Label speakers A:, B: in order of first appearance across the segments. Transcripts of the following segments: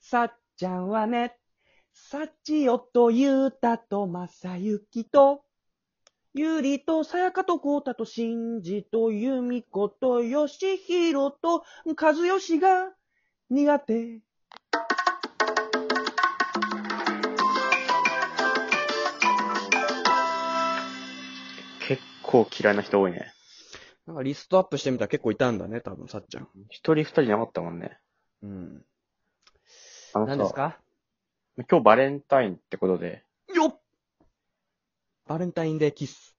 A: さっちゃんはね、さちよとゆうたとまさゆきと、ゆりとさやかとこうたとしんじとゆみことよしひろとかずよしが苦手。
B: 結構嫌いな人多いね。
A: なんかリストアップしてみたら結構いたんだね、多分さっちゃん。
B: 一人二人いなかったもんね。
A: うん。
B: あのさ
A: 何ですか
B: 今日バレンタインってことで、
A: よっバレンタインデーキス。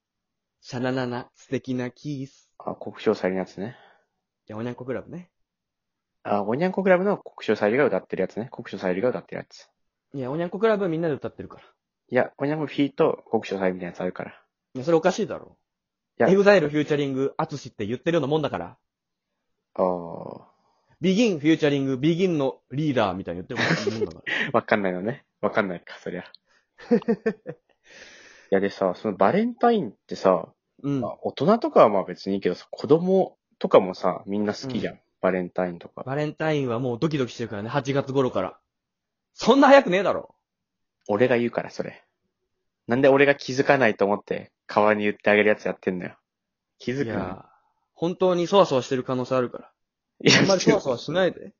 A: シャナナナ、素敵なキス。
B: あ、国章さゆりのやつね。
A: ヤオニャンコクラブね。
B: あ、おにゃんこクラブの国章さゆりが歌ってるやつね。国章さゆりが歌ってるやつ。
A: いや、おにゃんこクラブみんなで歌ってるから。
B: いや、おにゃんこフィーと国章さゆりみたいなやつあるから。
A: いや、それおかしいだろ。
B: いや
A: エグザイルフューチャリング、アツシって言ってるようなもんだから。
B: あー、
A: ビギンフューチャリング、ビギンのリーダーみたいに言ってるもんだから。
B: わかんないのね。わかんないか、そ りゃ。いや、でさ、そのバレンタインってさ、
A: うん。
B: まあ大人とかはまあ別にいいけどさ、子供とかもさ、みんな好きじゃん。バレンタインとか。
A: バレンタインはもうドキドキしてるからね、8月頃から。そんな早くねえだろ。
B: 俺が言うから、それ。なんで俺が気づかないと思って、代わりに言ってあげるやつやってんのよ。気づ
A: い
B: くな。
A: や、本当にそわそわしてる可能性あるから。
B: いや
A: あんまりそわそわしないで。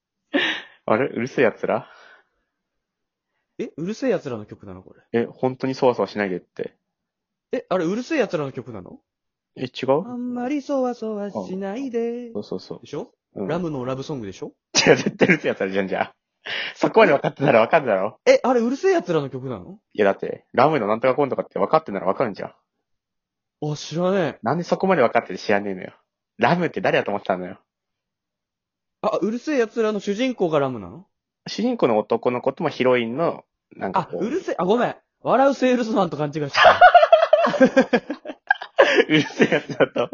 B: あれうるせえ奴ら
A: え、うるせえ奴らの曲なのこれ。
B: え、本当にそわそわしないでって。
A: え、あれ、うるせえ奴らの曲なの
B: え、違
A: あ
B: うん
A: まりそわそわしないで
B: そ。うそうそう
A: で。しょ、
B: うん、
A: ラムのラブソングでしょ
B: 違う、 絶対うるせえ奴らじゃんじゃん。そこまで分かってたら分かるだろ
A: え、あれ、うるせえ奴らの曲なの
B: いや、だって、ラムのなんとかコンとかって分かってんなら分かるんじゃん。
A: あ、知らねえ。
B: なんでそこまで分かってて知らねえのよ。ラムって誰だと思ってたのよ。
A: あ、うるせえ奴らの主人公がラムなの
B: 主人公の男の子ともヒロインの、なんか
A: あ、
B: こう、
A: うるせえ、あ、ごめん。笑うセールスマンと勘違いしてた。
B: うるせえやつだと。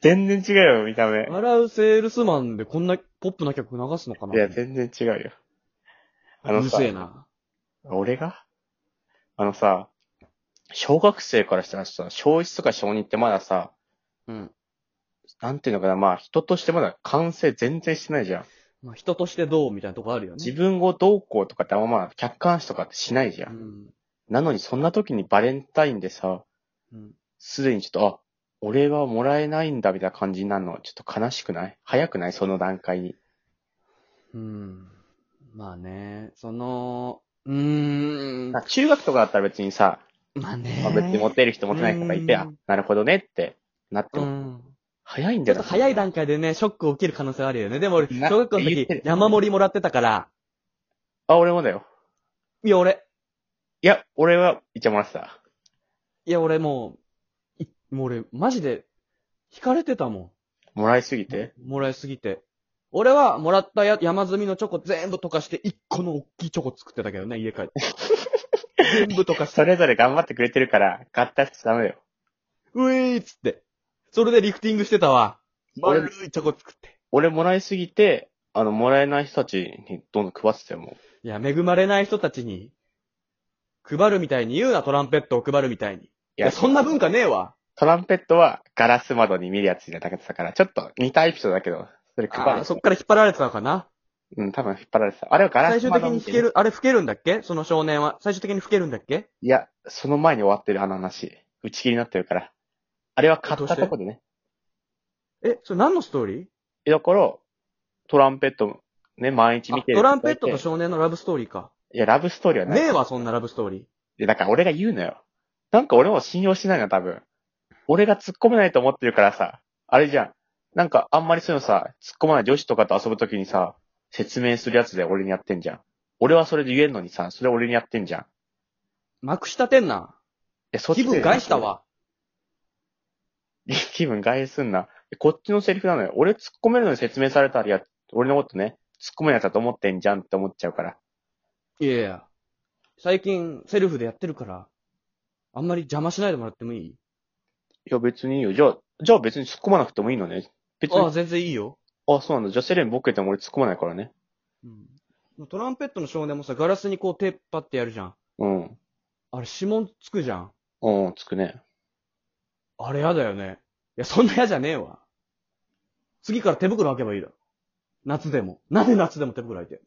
B: 全然違うよ、見た目。
A: 笑うセールスマンでこんなポップな曲流すのかない
B: や、全然違うよ。あの
A: うる
B: さ
A: せ、えな。
B: 俺があのさ、小学生からしたらさ、小1とか小2ってまださ、
A: うん。
B: なんていうのかな、まあ人としてまだ完成全然してないじゃん。
A: まあ、人としてどうみたいなとこあるよね。
B: 自分をどうこうとかってあんままあ客観視とかってしないじゃん。
A: うん。
B: なのにそんな時にバレンタインでさ、
A: うん。
B: すでにちょっと、あ、俺はもらえないんだみたいな感じになるの、ちょっと悲しくない早くないその段階に。
A: うん。まあね、その、うーん。
B: あ中学とかだったら別にさ、
A: まあね。
B: まあ、別にモテる人モテない人がいて、
A: うん
B: あ、なるほどねってなって
A: う
B: も、
A: ん。
B: 早いん
A: ち
B: じ
A: ょ
B: ゃ
A: っ
B: な
A: と
B: い
A: 早い段階でね、ショックを受ける可能性はあるよね。でも俺、
B: な
A: 小学校の
B: 言っ
A: 時
B: てる、
A: 山盛りもらってたから、
B: あ、俺もだよ。
A: いや俺、
B: いや、俺は、いっちゃもらってた。
A: いや俺もう、いもう俺、マジで、惹かれてたも
B: もらいすぎて。
A: ん。もらいすぎて。俺は、もらったや山積みのチョコ全部溶かして、一個の大きいチョコ作ってたけどね、家 帰って。全部溶かして、
B: それぞれ頑張ってくれてるから、買ったやつダメだよ。
A: うえーっつって。それでリフティングしてたわ。
B: 俺
A: 丸いチョコ作って。
B: 俺もらいすぎて、あの、もらえない人たちにどんどん配ってたよ、も。
A: いや、恵まれない人たちに、配るみたいに言うな、トランペットを配るみたいに。いうや、そんな文化ねえわ。
B: トランペットはガラス窓に見るやつにだけてたから、ちょっと似たエピソードだけど、それ
A: あ
B: 配
A: ー
B: る。
A: そっから引っ張られてたのかな
B: うん、多分引っ張られてた。あれはガラ
A: 最
B: ス
A: 終
B: 窓
A: 的に
B: 見
A: 吹
B: て
A: ける、あれ吹けるんだっけその少年は。最終的に吹けるんだっけ
B: いや、その前に終わってる、あの話。打ち切りになってるから。あれは買ったとこでね。
A: え、それ何のストーリー
B: えだから、トランペット、ね、毎日見てる
A: あトランペットと
B: い
A: 少年のラブストーリーか。
B: や、ラブストーリーはない。
A: ねえわ、そんなラブストーリー。
B: で、だから俺が言うのよ。なんか俺も信用してないな、多分。俺が突っ込めないと思ってるからさ、あれじゃん。なんかあんまりそういうのさ、突っ込まない女子とかと遊ぶときにさ、説明するやつで俺にやってんじゃん。俺はそれで言えんのにさ、それ俺にやってんじゃん。い
A: まくしたてんな。
B: や、そっち
A: 気
B: で
A: 分害した。わ。
B: 気分害すんな。こっちのセリフなのよ。俺突っ込めるのに説明されたら、いや、俺のことね、突っ込めるやつだと思ってんじゃんって思っちゃうから。
A: いやいや。最近、セルフでやってるから、あんまり邪魔しないでもらってもいい
B: いや、別にいいよ。じゃあ、じゃあ別に突っ込まなくてもいいのね。別
A: ああ、
B: に。
A: 全然いいよ。
B: あそうなんだ。じゃあセレンボケても俺突っ込まないからね。
A: うん。トランペットの少年もさ、ガラスにこう手っ張ってやるじゃん。
B: うん。
A: あれ指紋つくじゃん。
B: うん、つくね。
A: あれやだよね。いや、そんな嫌じゃねえわ。次から手袋開けばいいだろ。夏でも。なんで夏でも手袋開いてんの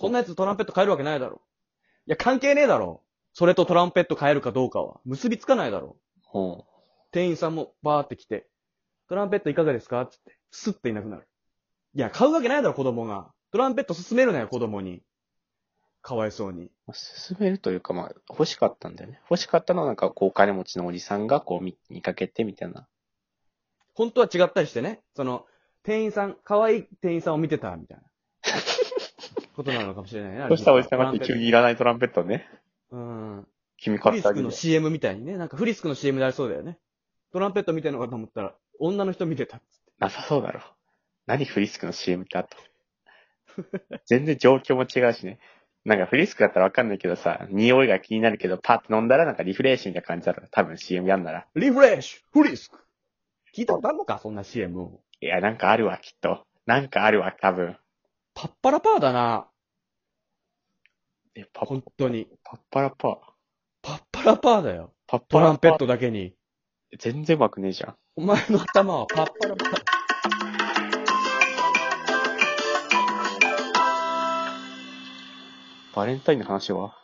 A: そんなやつとトランペット変えるわけないだろ。いや、関係ねえだろ。それとトランペット変えるかどうかは。結びつかないだろ。
B: うん。
A: 店員さんもバーって来て、トランペットいかがですかつって、スッていなくなる。いや、買うわけないだろ、子供が。トランペット勧めるなよ、子供に。かわいそうに。
B: 進めるというか、まあ、欲しかったんだよね。欲しかったのは、なんか、こう、お金持ちのおじさんが、こう見、見かけて、みたいな。
A: 本当は違ったりしてね。その、店員さん、可愛い店員さんを見てた、みたい な。ことなのかもしれないね。
B: そしたらおじさんが、急
A: 急
B: にいらないトランペットをね、
A: うん。
B: 君
A: フ
B: 買
A: リ
B: って
A: ス
B: あげ
A: ク
B: る
A: の。
B: よ
A: CM みたいにね。なんかフリスクの CM でありそうだよね。トランペット見てるのかと思ったら、女の人見てたっつって。
B: なさそうだろ。何フリスクの CM ってあった 全然状況も違うしね。なんかフリスクだったらわかんないけどさ、匂いが気になるけど、パッと飲んだらなんかリフレッシュみたいな感じだろ。多分 CM やんなら。
A: リフレッシュフリスク聞いたことあるのかそんな CM を。
B: いや、なんかあるわ、きっと。なんかあるわ、多分。
A: パッパラパーだな。
B: え、パッ
A: 本、当に。
B: パッパラパー。
A: パッパラパーだよ。
B: パッパ
A: ト
B: ラ
A: ラ
B: パー
A: ンペッ。トだけに。
B: 全然うまくねえじゃん。
A: お前の頭はパッパラパー。
B: バレンタインの話は